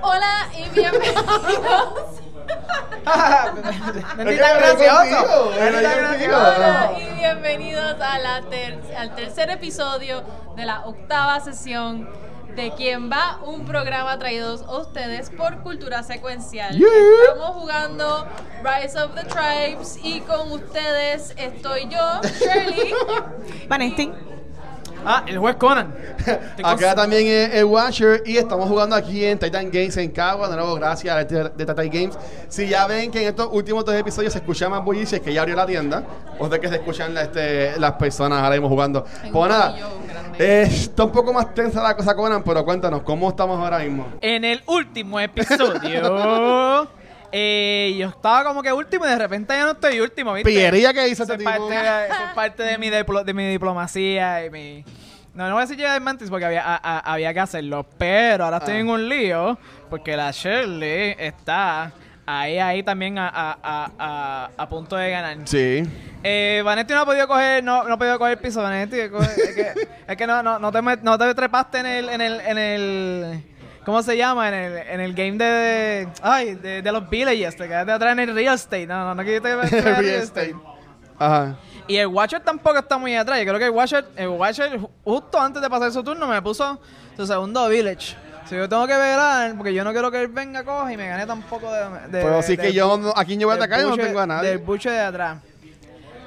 Hola y bienvenidos. No estoy tan gracioso. Pero No estoy yo tan te digo. Hola gracioso. y bienvenidos a la ter- al tercer episodio de la octava sesión de Quién va, un programa traído a ustedes por Cultura Secuencial. Yeah. Estamos jugando Rise of the Tribes y con ustedes estoy yo, Shirley. Vanesti. Ah, el juez Conan. Te Acá cons- también es Eh, el Watcher y estamos jugando aquí en Titan Games en Cagua. De nuevo, gracias a la gente de Titan Games. Si ya ven que en estos últimos dos episodios se escucha más bullicio, es que ya abrió la tienda. O de que se escuchan este, las personas ahora mismo jugando. Hay un Pues nada, bullicio grande. eh, está un poco más tensa la cosa, Conan, pero cuéntanos, ¿cómo estamos ahora mismo? En el último episodio. eh, yo estaba como que último y de repente ya no estoy último, ¿viste? Pillería que hizo este Eso es tipo. parte, de- eso es parte de, mi diplo- de mi diplomacia y mi... No, no voy a decir llegar al mantis porque había, a- a- había que hacerlo, pero ahora estoy Ah. en un lío porque la Shirley está ahí, ahí también a, a, a, a, a punto de ganar. Sí. Eh, Vanetti no ha podido coger, no, no ha podido coger piso, Vanetti. Es que, es que no, no, no, te, met- no te trepaste en el, en el, en el, ¿cómo se llama? En el, en el game de, ay, de, de los villages. Te quedaste atrás en el real estate. No, no, no quisiste que te Real estate. Ajá. Y el Watcher tampoco está muy atrás. Yo creo que el Watcher, el Watcher ju- justo antes de pasar su turno, me puso su segundo village. Si yo tengo que velar, porque yo no quiero que él venga, coja y me gane tampoco de... de Pero sí de- Pues que yo, no- ¿a quién yo voy a del atacar? Yo no buche- tengo a Del nadie. buche de atrás.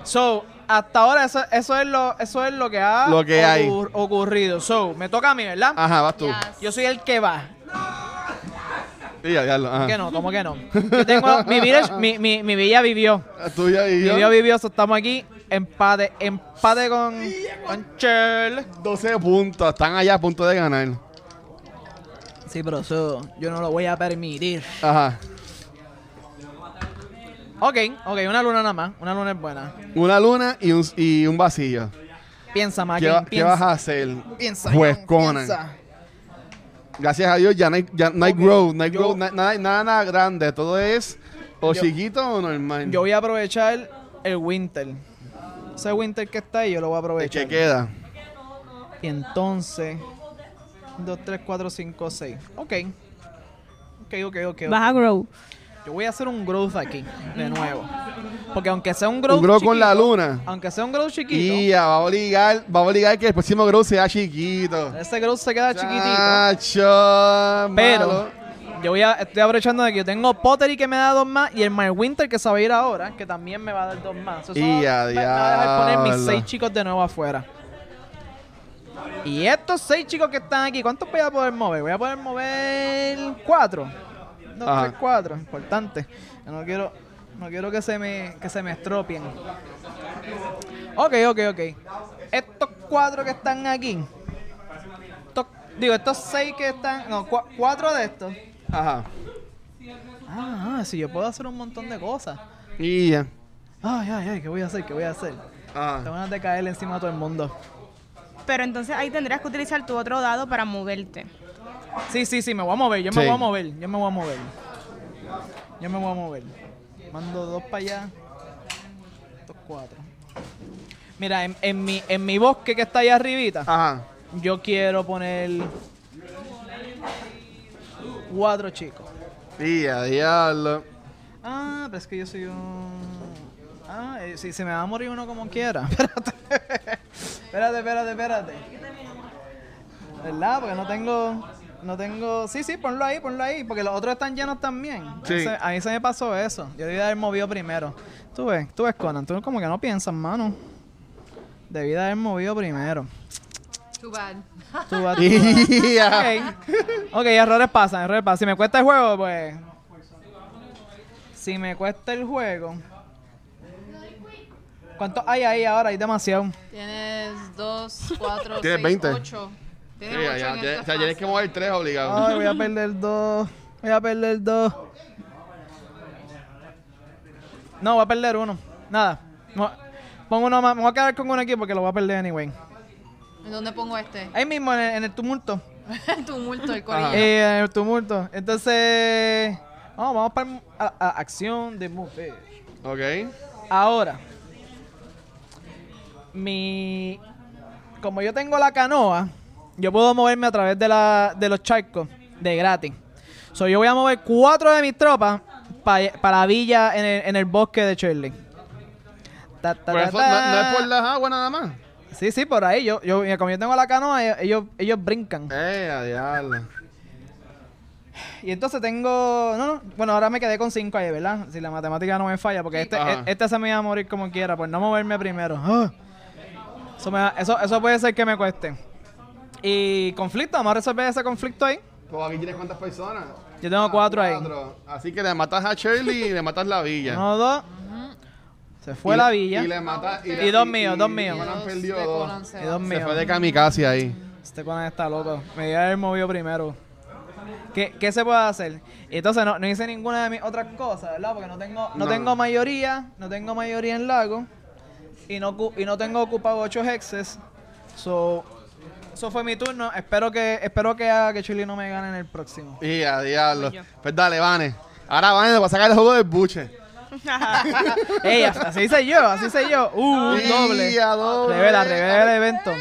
So, hasta ahora eso, eso es lo eso es lo que ha Lo que hay. Ah. ocur- ocurrido. So, me toca a mí, ¿verdad? Ajá, vas tú. Yes. Yo soy el que va. Ah. Sí, ya, ya lo- ajá. ¿Cómo que no? ¿Cómo que no? Yo tengo mi village, mi, mi, mi villa vivió. La tuya y Mi yo. villa vivió, so estamos aquí. Empate, empate con, con Chell. 12 puntos, están allá a punto de ganar. Sí, pero eso yo no lo voy a permitir. Ajá. Ok, ok, una luna nada más. Una luna es buena. Una luna y un, y un vacío. Piensa, ¿Qué, Maquin, va- piensa. qué vas a hacer? Piensa, Pues John, Conan. piensa. Gracias a Dios ya no hay, ya no hay Ok, growth, no hay yo- growth, na- nada, nada, nada grande. Todo es o Yo- chiquito o normal. Yo voy a aprovechar el Winter. Ese Winter que está ahí, yo lo voy a ¿De aprovechar. ¿Qué queda? Y entonces. 2, 3, 4, 5, 6. Ok. Ok, ok, ok. ok. Vas a grow. Yo voy a hacer un growth aquí, de nuevo. Porque aunque sea un growth. un growth con la chiquito, luna. Aunque sea un growth chiquito. Y ya, va a obligar, va a obligar que el próximo growth sea chiquito. Ese growth se queda Eh, chiquitito. Chacho, Pero. malo. Yo voy a, estoy aprovechando de que yo tengo Pottery que me da dos más y el My Winter que se va a ir ahora, que también me va a dar dos más. Eso Y va- a me va a dejar poner mis diablo. seis chicos de nuevo afuera. Y estos seis chicos que están aquí, ¿cuántos voy a poder mover? Voy a poder mover cuatro. Dos, Ajá. tres, cuatro. Importante. Yo no quiero, no quiero que se me, que se me estropien. Ok, ok, ok. Estos cuatro que están aquí. Estos, digo, estos seis que están. No, cua- cuatro de estos. Ajá. Ah, ah, si yo puedo hacer un montón de cosas. Y ya. Ay, ay, ay, ¿qué voy a hacer? ¿Qué voy a hacer? Tengo Ajá. ganas de caerle encima a todo el mundo. Pero entonces ahí tendrías que utilizar tu otro dado para moverte. Sí, sí, sí, me voy a mover, yo Sí. me voy a mover, yo me voy a mover. Yo me voy a mover. Mando dos para allá. Dos, cuatro. Mira, en, en mi, en mi bosque que está allá arribita, Ajá. yo quiero poner cuatro chicos. Y ya, diablo. Ah, pero es que yo soy un... Ah, eh, si se me va a morir uno como quiera. Espérate. espérate, espérate, espérate. ¿Verdad? Porque no tengo... No tengo... Sí, sí, ponlo ahí, ponlo ahí. Porque los otros están llenos también. Sí. Ese- A mí se me pasó eso. Yo debí de haber movido primero. Tú ves, tú ves, Conan. Tú como que no piensas, mano. Debí de haber movido primero. Too bad. Tú vas- Y ya. Ok. ok, errores pasan, errores pasan. Si me cuesta el juego, pues. Si me cuesta el juego. ¿Cuántos hay ahí ahora? Hay demasiado. Tienes dos, cuatro, Tienes seis, 20. ocho. Tienes Sí, ya, ocho ya, en este te- esta o sea, tienes que fase. mover tres obligado. Ay, voy a perder dos. Voy a perder dos. No, voy a perder uno. Nada. Mo- Pongo uno más. Me voy a quedar con uno aquí porque lo voy a perder anyway. ¿En dónde pongo este? Ahí mismo, en el- en el tumulto. El tumulto, el corillo. Ajá. Eh, en el tumulto. Entonces, vamos, vamos para el- a, a- acción de Move. Ok. Ahora, mi. Como yo tengo la canoa, yo puedo moverme a través de, la, de los charcos de gratis. So, yo voy a mover cuatro de mis tropas pa- para la villa en el, en el bosque de Shirley. Ta, ta, Pero ta, Pues eso no, ta. no es por las aguas nada más. Sí, sí, por ahí. Yo, yo, como yo tengo la canoa, ellos- ellos, ellos brincan. Eh, a diablo. Y entonces tengo. No, no. Bueno, ahora me quedé con 5 ahí, ¿verdad? Si la matemática no me falla, porque este, Ajá. e- este se me iba a morir como quiera, por no moverme primero. ¡Ah! Eso, me va- eso, eso puede ser que me cueste. Y conflicto, vamos a resolver ese conflicto ahí. ¿Tú aquí tienes cuántas personas? Yo Ah, tengo cuatro ahí. ahí. Así que le matas a Shirley y le matas la villa. Uno, dos. Se fue Y- la villa. Y, le matas, le- Y dos míos, dos míos. Y, Conan Bueno, Dios, perdió de dos. Conan se Y va. dos Se míos. fue de kamikaze ahí. Este Conan está loco. Me iba a haber movido primero. ¿Qué, qué se puede hacer? Y entonces no, no hice ninguna de mis otras cosas, ¿verdad? Porque no tengo, no No. tengo mayoría, no tengo mayoría en lago y no, ocu- y no tengo ocupado 8 hexes. So, eso fue mi turno. Espero que espero que haga que Chile no me gane en el próximo. Y a diablo. Pues dale, Vane. Ahora Vane le va a sacar el juego del buche. Ey, así hice yo, así hice yo. Uh, un Y doble. a doble. Revela, revela el evento.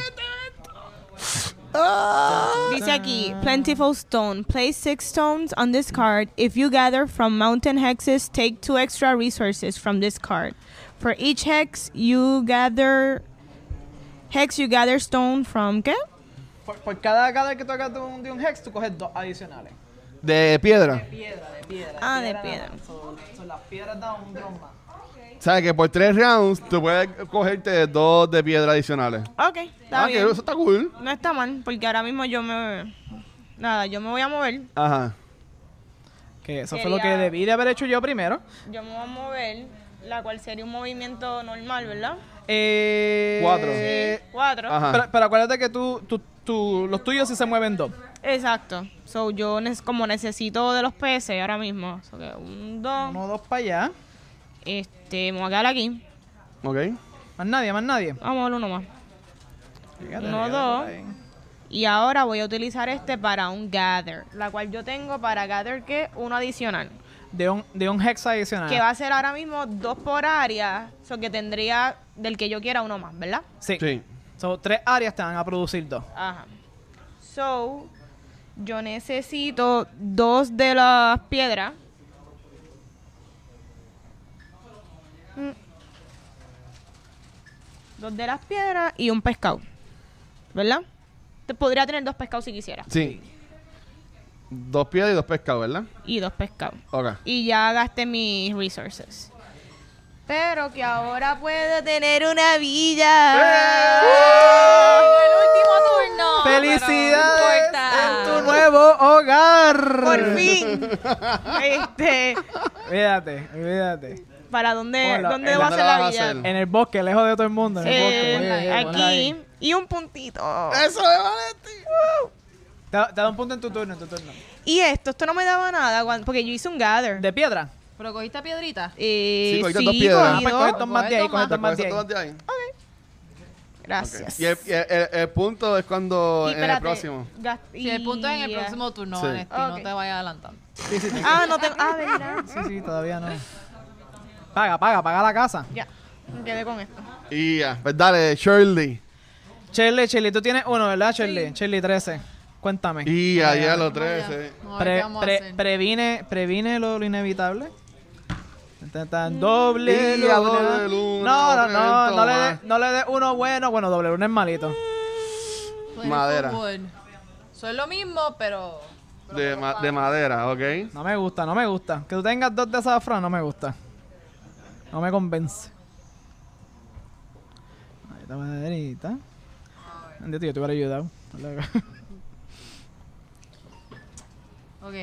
Dice aquí, Plentiful Stone. Place six stones on this card. If you gather from mountain hexes, take two extra resources from this card. For each hex you gather hex you gather stone from ¿qué? Por, por cada, cada vez que tocas de un, de un hex, tú coges dos adicionales. De piedra. Piedra, de piedra. Ah, de piedra. Son, las piedras dan un dron más. ¿Sabes que por tres rounds tú puedes cogerte dos de piedra adicionales? Ok, está ah, bien. que eso está cool. No está mal, porque ahora mismo yo me nada, yo me voy a mover. Ajá. Que eso fue Quería- lo que debí de haber hecho yo primero. Yo me voy a mover, la cual sería un movimiento normal, ¿verdad? Eh, Cuatro. eh, Cuatro. Ajá. Pero, pero acuérdate que tú, tú- tú- los tuyos sí se mueven dos. Exacto. So, yo nes- como necesito de los PC ahora mismo. So, que un, dos. Uno, dos para allá. Este, me voy a quedar aquí. Ok. Más nadie, más nadie. Vamos a ver uno más. Fíjate, Uno, fíjate dos. por ahí. Y ahora voy a utilizar este para un gather. La cual yo tengo para gather que uno adicional. De un, de un hex adicional. Que va a ser ahora mismo dos por área. So que tendría del que yo quiera uno más, ¿verdad? Sí. Sí. Son tres áreas te van a producir dos. Ajá. So, yo necesito dos de las piedras. Mm. Dos de las piedras y un pescado. ¿Verdad? Te podría tener dos pescados si quisiera. Sí. Dos piedras y dos pescados, ¿verdad? Y dos pescados. Ok. Y ya gasté mis resources. Pero que ahora puedo tener una villa. ¡Eh! Fue el último turno. pero no ¡Felicidades importa. en tu nuevo hogar! Por fin. este, Fíjate, fíjate. ¿Para dónde, Bueno, dónde ¿en voy a dónde hacer la la vas a villa? hacer? En el bosque, lejos de todo el mundo. En el bosque. Eh, Oye, oye, ponla ahí. aquí. Y un puntito. ¡Eso es Vanetti! Te, te da un punto en tu turno, en tu turno. Y esto, esto no me daba nada cuando- porque yo hice un gather. ¿De piedra? Pero cogiste piedrita. Eh, Sí, cogiste sí, dos piedras. cogí Ah, pues dos. coge dos más de ahí, coge Coge dos más de ahí. todas de ahí. Gracias. Y el, y el- el- el punto es cuando Y en el espérate, próximo. gas- Si el punto es en el y- próximo turno, Sí. Vanesti, Ok. no te vayas adelantando. Ah, no tengo. Ah, verdad. Sí, sí, todavía no. Paga, paga, paga la casa. Ya, me quedé con esto. Y ya, pues dale, Shirley. Shirley, Shirley, tú tienes uno, ¿verdad, Shirley? Shirley 13. Cuéntame. Y ya, ya los Vamos allá. 13. Vamos a ver Pre- qué vamos a pre- hacer. previne previne lo, lo inevitable. Intentan doble Y a luna. doble luna, No, no, no, momento no le más. des no le des uno bueno. Bueno, doble luna es malito. Fue el madera. fútbol. Soy lo mismo, pero. De, ma- de madera, ok. No me gusta, no me gusta. Que tú tengas dos de azafrán no me gusta. No me convence. Ahí está maderita. Bendito, yo te hubiera ayudado. Ok.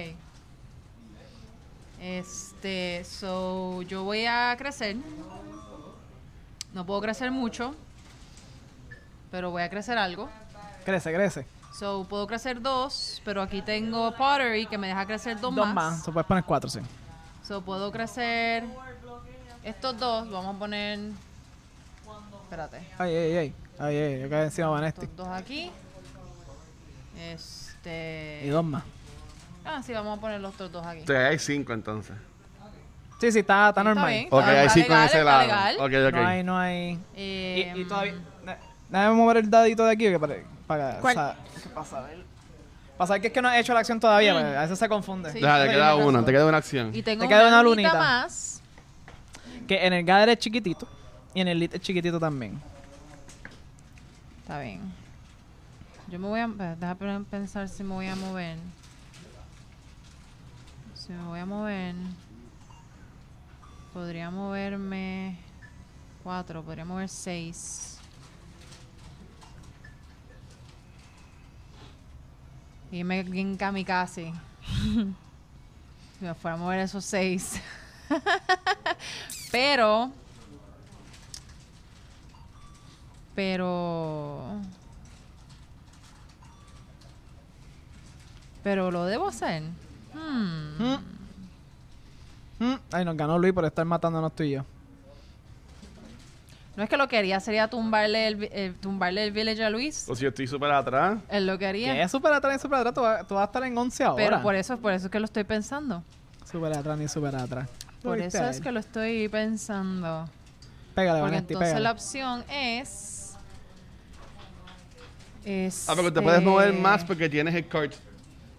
Este, so yo voy a crecer. No puedo crecer mucho, pero voy a crecer algo. crece, crece. So puedo crecer dos, pero aquí tengo pottery que me deja crecer dos, Dos más. más. Se puedes poner cuatro, sí. So puedo crecer estos dos. Vamos a poner. Espérate. Ay, ay, ay. Ay, ay, yo caí encima de Vanesti. Estos dos aquí. Este. Y dos más. Ah, sí, vamos a poner los otros dos aquí. Entonces hay cinco entonces. Sí, sí, está, está Sí, está normal. bien. Ok, Está hay cinco en legal, ese está lado. legal. Ok, ok. No hay, no hay. Y, Eh, y todavía. da- Déjame mover el dadito de aquí que para. para ¿Cuál? o sea, ¿Qué pasa? A ver. Pasa que es que no he hecho la acción todavía, pero a veces se confunde. Mm. Sí. Dale, te Pero queda yo me una, canso. te queda una acción. Y tengo Te queda una lunita lunita. más. Que en el Gather es chiquitito y en el Elite es chiquitito también. Está bien. Yo me voy a. Déjame pensar si me voy a mover. Si me voy a mover. Podría moverme. Cuatro, podría mover seis. Dime bien kamikaze. si me fuera a mover esos seis. Pero. Pero. Pero lo debo hacer. Hmm. Mm. Mm. Ay, nos ganó Luis por estar matándonos tú y yo. No es que lo que haría sería tumbarle el, vi- el- tumbarle el village a Luis. O si yo estoy súper atrás. Es lo que Que haría. es súper atrás y súper atrás, tú vas, tú vas a estar en 11 ahora. Pero por eso, por eso es que lo estoy pensando. Súper atrás ni súper atrás. Por Viste eso a es él. que lo estoy pensando. Pégale, Porque Vanetti, entonces pégale. la opción es. es Ah, porque te puedes mover eh, más porque tienes el cart.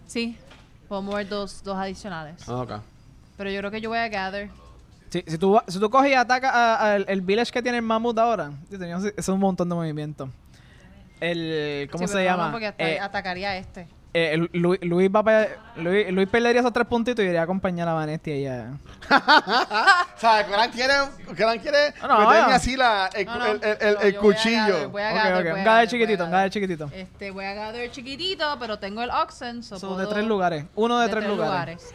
Sí, puedo mover dos, dos adicionales. Ah, ok. Pero yo creo que yo voy a gather. Sí, si, tú, va- si tú coges y atacas a- al- el village que tiene el mamut ahora, yo tenía- es un montón de movimiento. El, ¿Cómo Sí, se pero no, no, llama? porque hasta- Eh, atacaría a este. eh, el- Lu- Luis, va pa- Luis, Luis perdería esos tres puntitos y iría a acompañar a Vanetti allá. O sea, Corán quiere, Corán quiere No, no, meterme no. así la, el, No, no, el- el- el- no, el yo voy a gather, cuchillo. Voy a Ok, gather, voy a ok, un gather, gather voy chiquitito, a un gather. gather chiquitito. Este, voy a gather chiquitito, pero tengo el oxen. So Son puedo- de tres lugares. Uno de, tres, lugares.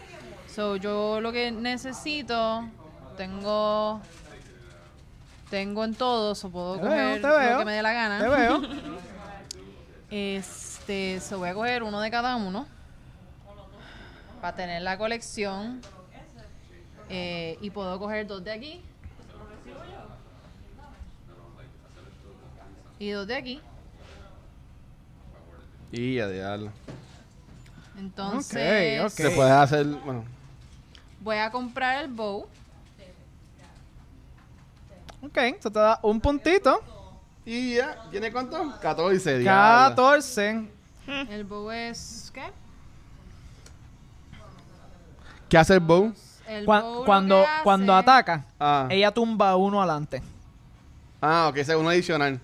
So, yo lo que necesito, tengo. Tengo en todo, so puedo Te veo, coger te veo. lo que me dé la gana. Te veo. Este, so voy a coger uno de cada uno para tener la colección. Eh, y puedo coger dos de aquí. Y dos de aquí. Y a diablo. Entonces, ok. Se puede hacer, bueno. voy a comprar el bow. Ok, eso te da un puntito. Y ya, ¿tiene cuánto? 14, diablo. 14. Mm. El bow es. ¿Qué? ¿Qué hace el bow? El Cuan- bow lo cuando, que hace- cuando ataca, Ah, ella tumba uno adelante. ah ok, ese es uno adicional.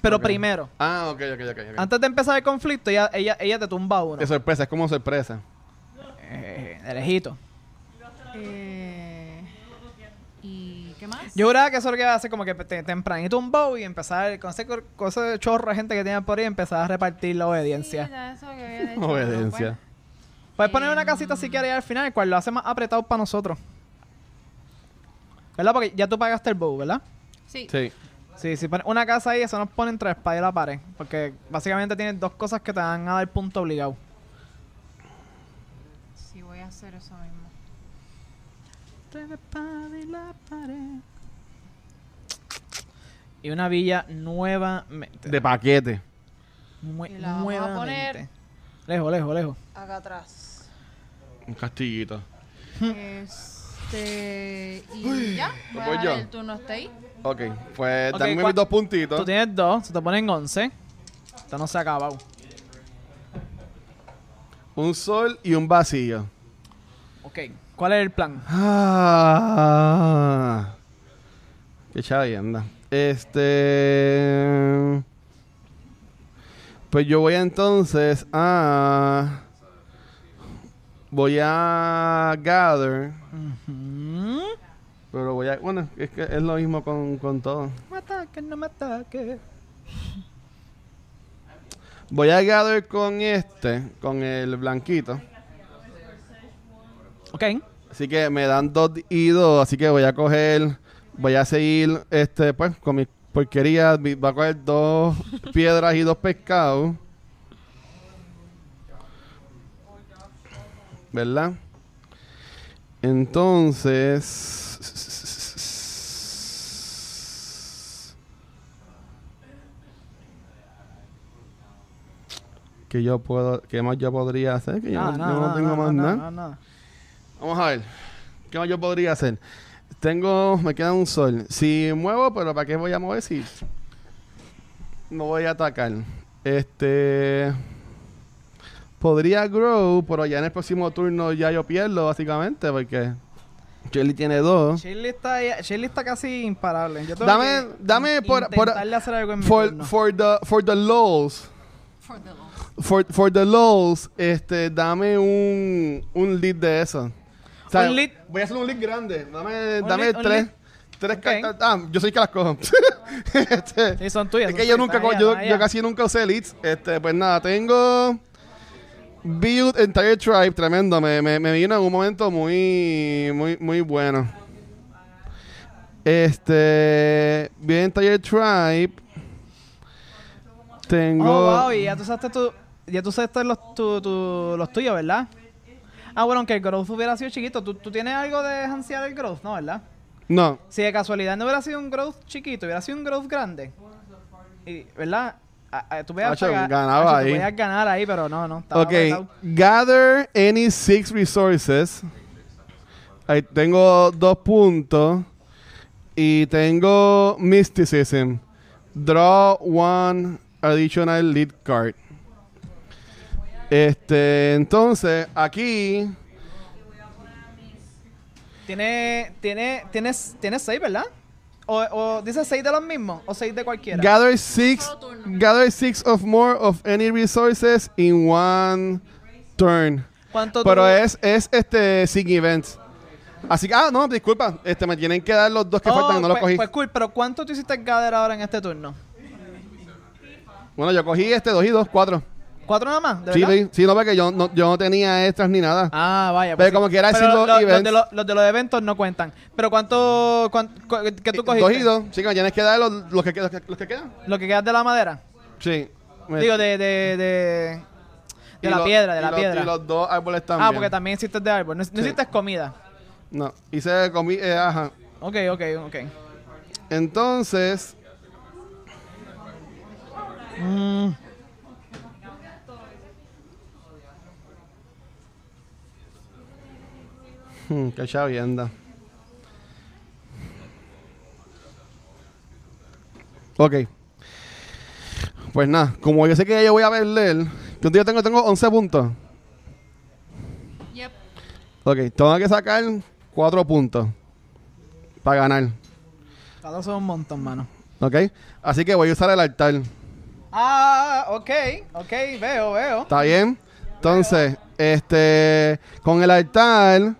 Pero Ok. primero, Ah, ok, ok, ok. ok. antes de empezar el conflicto, ella, ella, ella te tumba uno. De sorpresa, es como sorpresa. Eh, de lejito. Eh, ¿Y qué más? Yo juraba que eso es lo que iba a hacer, como que te- tempranito un bow y empezar con ese, cor- con ese chorro de gente que tiene por ahí, empezar a repartir la obediencia. Sí, ya eso que había dicho, pero Obedencia. Puedes poner una casita si quieres ahí al final, el cual lo hace más apretado para nosotros. ¿Verdad? Porque ya tú pagaste el bow, ¿verdad? bueno. Sí. Sí. Sí, si pones una casa ahí, eso nos pone entre la espalda y la pared. Porque básicamente tienes dos cosas que te van a dar punto obligado. Sí, voy a hacer eso mismo. Entre la espada y la pared. Y una villa nuevamente. De paquete. Nue- Y la vamos a nuevamente. poner- Lejos, lejos, lejos. Acá atrás. Un castillito. Este. Y ya. Voy a voy dejar yo. el turno hasta ahí. Ok, pues Ok, dame ¿cuá- mis dos puntitos. Tú tienes dos, se te ponen once. Esto no se ha acabado. Un sol y un vacío. Ok. ¿Cuál es el plan? Ah, qué chavienda. Este. Pues yo voy entonces a. Voy a gather. Mm. Pero voy a. Bueno, es que es lo mismo con, con todo. Me ataque, no me ataque. Voy a gather con este, con el blanquito. Ok. Así que me dan dos y dos, así que voy a coger, voy a seguir, este, pues, con mis porquerías, mi- voy a coger dos piedras y dos pescados. ¿Verdad? Entonces... Que yo puedo, ¿qué más yo podría hacer? Que yo Nada, no, nada, yo no nada, tengo nada, más nada, nada. nada, nada. Vamos a ver. ¿Qué más yo podría hacer? Tengo. Me queda un sol. Si muevo, pero ¿para qué voy a mover si.? No voy a atacar. Este. podría grow, pero ya en el próximo turno ya yo pierdo, básicamente, porque Shirley tiene dos. Shirley está, ahí- Shirley está casi imparable. Yo tengo Dame, que dame por, por, intentarle hacer algo en mi for, turno. for the, for the lols. For the law. For, for the lols, este, dame un, un lead de eso. O sea, Un lead. Voy a hacer un lead grande. Dame, Un dame lead, un tres. lead. Tres Ok. cartas. Ah, yo soy el que las cojo. Este, Sí, son tuyas. es son que yo tuyas, nunca, están co- allá, yo, están yo allá. casi nunca usé leads. Este, pues nada, tengo Build Entire Tribe, tremendo. Me, me, me vino en un momento muy, muy, muy bueno. Este, Build Entire Tribe. Tengo. Oh, wow, y ya tú usaste tu, ya tú usaste los, tu, tu- los tuyos, ¿verdad? Ah, bueno, aunque el growth hubiera sido chiquito, ¿tú, tú tienes algo de ansiar el growth, ¿no? ¿Verdad? No, Si de casualidad no hubiera sido un growth chiquito, hubiera sido un growth grande, y, ¿verdad? Ah, ah, tú veías Hacho, ganaba ahí. podías ganar ahí, pero no, no. estaba Ok, apretado. gather any six resources. Ahí tengo dos puntos. Y tengo Mysticism. Draw one additional lead card. Este, entonces, aquí. Tiene, tiene, tienes, tienes seis, ¿verdad? O, o dice seis de los mismos, o seis de cualquiera. Gather six. Gather six of more of any resources in one turn. ¿Cuánto tú- Pero es, es este sin events. Así que, ah, no, disculpa. Este, me tienen que dar los dos que Oh, faltan, no los pues- cogí. Pues cool, pero ¿cuánto tú hiciste gather ahora en este turno? Bueno, yo cogí este dos y dos, cuatro. ¿Cuatro nada más? ¿De Sí, verdad? Luis, sí, no, porque yo no, yo no tenía extras ni nada. Ah, vaya. Pero como quiera decir los lo- events. de los, los de los eventos no cuentan. Pero ¿cuánto, cuán- cu- que tú cogiste? Dos y dos. Sí, que me tienes que dar los, los que, los, que, los que quedan. Lo que quedas de la madera. Sí. Me- Digo, de, de, de, y de la los- piedra, de y la los- piedra. Y los dos árboles también. ah, porque también hiciste de árbol. No, no Sí. hiciste comida. No, hice comida, ajá. Ok, ok, ok. Entonces, Mm, hmm, qué chavienda. Ok. Pues nada, como yo sé que yo voy a perder, ¿cuánto yo tengo? Tengo 11 puntos. Yep. Ok, tengo que sacar cuatro puntos para ganar. cada son un montón, mano. Ok, así que voy a usar el altar. Ah, ok, ok, veo, veo. ¿Está bien? Entonces, este, con el altar,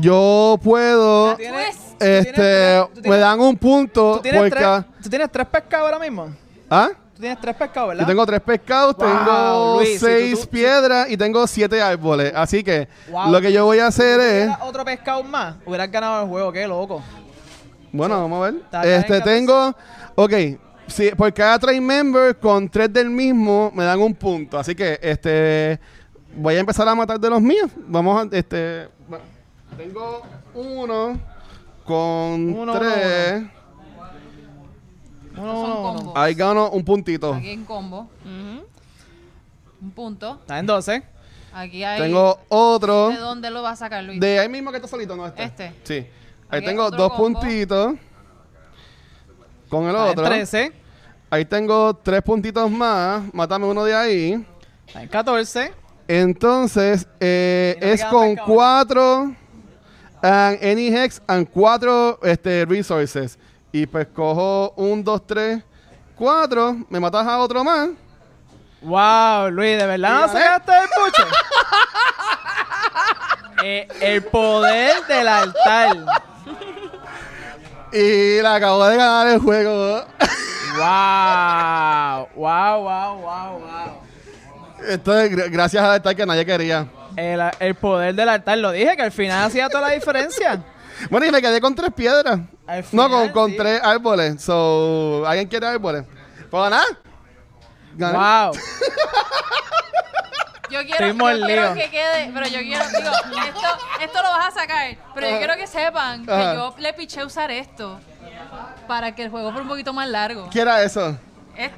yo puedo, Tienes- tú este, tienes- tú me tienes- dan un punto Tú tienes, por tres, cada. tú tienes tres pescados ahora mismo. ¿Ah? Tú tienes tres pescados, ¿verdad? Yo tengo tres pescados, Wow, tengo Luis, si tú- seis tú- piedras y tengo siete árboles. Así que Wow. lo que yo voy a hacer es, Hubiera otro pescado más, hubieras ganado el juego, qué loco. bueno, vamos a Está ver. bien, Este, entonces. tengo, ok, si, por cada tres members con tres del mismo me dan un punto. Así que, este, voy a empezar a matar de los míos. Vamos a, este, bueno, tengo uno con Uno, tres. uno, Uno, Son uno, uno. combos. Ahí gano un puntito. Aquí en combo. Un punto. Está en 12. Aquí hay. Tengo otro. ¿De Este dónde lo va a sacar Luis? De ahí mismo que está solito, ¿no? Este. Este. Sí. Ahí Ok, tengo otro dos combo. puntitos. Con el Está en eh. otro. 13. Ahí tengo tres puntitos más. Mátame uno de ahí. Está en 14. Entonces, eh, Mira, me es quedan con pescados. cuatro and any hex and cuatro este, resources. Y pues cojo un, dos, tres, cuatro. Me matas a otro más. Wow, Luis, ¿de verdad no Sí, gané. sacaste el pucho? Eh, el poder del altar. Y le acabo de ganar el juego. Wow, wow, wow, wow, wow. Entonces, gr- gracias al ataque que nadie quería. El, el poder del altar, lo dije que al final hacía toda la diferencia. Bueno, y me quedé con tres piedras. Al no, con, final, con sí. tres árboles. So, ¿alguien quiere árboles? Pues nada. Gané. Wow. Yo quiero, Estoy yo quiero molido. que quede, pero yo quiero, digo, esto, esto lo vas a sacar, pero yo quiero que sepan que Ajá. yo le piché usar esto para que el juego fuera un poquito más largo. ¿Qué era eso? Esto-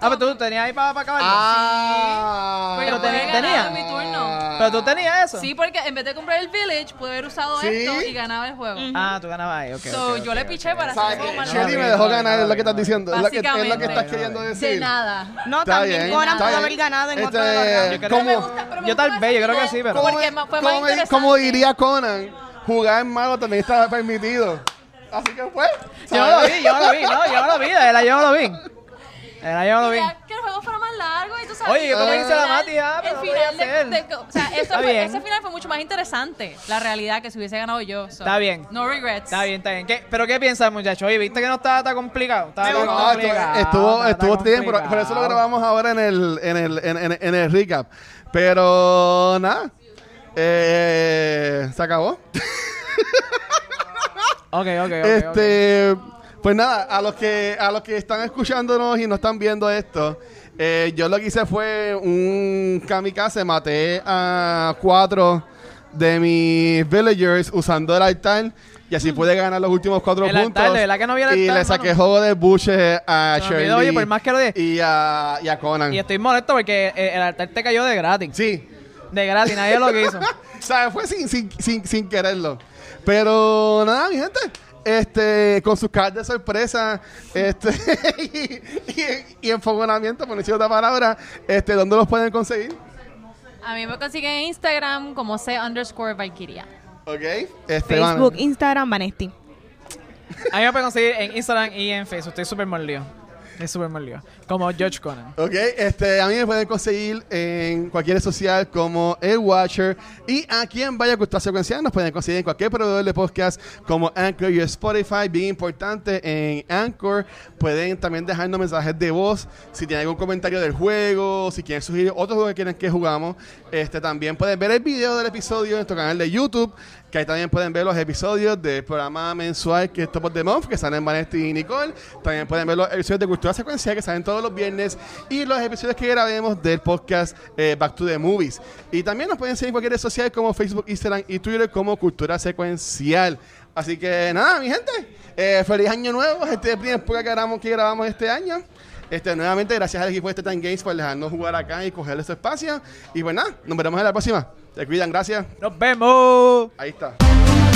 Ah, pero tú tenías ahí para acabarlo. Ah, Porque Pero pude tenía- ganar tenía. Ah. en mi turno. Pero tú tenías eso. Sí, porque en vez de comprar el Village, pude haber usado ¿Sí? esto y ganaba el juego. Ah, tú ganabas ahí, ok. so, ok, ok, yo le ok. piché para hacer ¿Sabes algo qué? malo. Shelly me dejó ganar, es lo que estás diciendo. Es lo que, es lo que Básicamente. estás queriendo decir. De nada. No, Está también bien, Conan está pudo bien. haber ganado en Este, otro programa. yo creo- Pero me ¿Cómo- gusta- pero me yo tal gusta vez, yo ese creo que final sí, pero- Porque ma- fue más como, interesante. como diría Conan, jugar en malo también está permitido. Así que fue. Yo no lo vi, yo no lo vi, no, yo no lo vi, de verdad yo no lo vi. De verdad yo no Ah, lo vi. Ya que el juego fuera más largo y tú sabes. Oye, ¿cómo el dice la final- Mati? Ah, pero el no final podía de- ser. de- o sea, eso Está fue- bien. ese final fue mucho más interesante. La realidad que si hubiese ganado yo. so, Está bien. No regrets. Está bien, está bien. ¿Qué- ¿Pero qué piensas, muchacho? Oye, viste que no estaba tan complicado. Estaba No, tan esto- complicado, Ah, estuvo estaba tan estuvo bien, por, por eso lo complicado. grabamos ahora en el, en el, en, en- en el recap. Pero nada, eh, se acabó. Ok, ok, ok. ok. este, pues nada, a los que a los que están escuchándonos y no están viendo esto, eh, yo lo que hice fue un kamikaze, maté a cuatro de mis villagers usando el altar y así pude ganar los últimos cuatro El puntos. altar, de verdad que no vi el y altar, le saqué mano. juego de buche a Se me Shirley olvidó, oye, por más que lo dije. y a y a Conan. Y estoy molesto porque el, el altar te cayó de gratis. Sí, De gratis, nadie lo quiso. o sea, fue sin, sin, sin, sin quererlo. Pero nada, mi gente. Este, con sus cartas de sorpresa este, y, y, y enfogonamiento, por no decir otra palabra, este, ¿dónde los pueden conseguir? A mí me consiguen en Instagram como C underscore Valkyria. ¿Ok? Este, Facebook, bueno. Instagram, Vanesti. A mí me pueden conseguir en Instagram y en Facebook. Estoy súper molido. Estoy súper molido. Como George Conan. Ok, este, a mí me pueden conseguir en cualquier red social como El Watcher. Y aquí en Vaya Cultura Secuencial nos pueden conseguir en cualquier proveedor de podcast como Anchor y Spotify. Bien importante, en Anchor pueden también dejarnos mensajes de voz si tienen algún comentario del juego, si quieren sugerir otros juegos que quieren que jugamos. Este, también pueden ver el video del episodio en nuestro canal de YouTube, que ahí también pueden ver los episodios del programa mensual que es Top of the Month, que salen Vanesti y Nicole. También pueden ver los episodios de Cultura Secuencial, que salen todos los viernes, y los episodios que grabemos del podcast eh, Back to the Movies. Y también nos pueden seguir en cualquier red social como Facebook, Instagram y Twitter como Cultura Secuencial. Así que nada, mi gente, eh, feliz año nuevo. Este es el primer podcast que grabamos, que grabamos este año. Este, nuevamente, gracias al equipo de Titan Games por dejarnos jugar acá y coger este espacio. Y pues nada, nos veremos en la próxima. Te cuidan, gracias. ¡Nos vemos! Ahí está.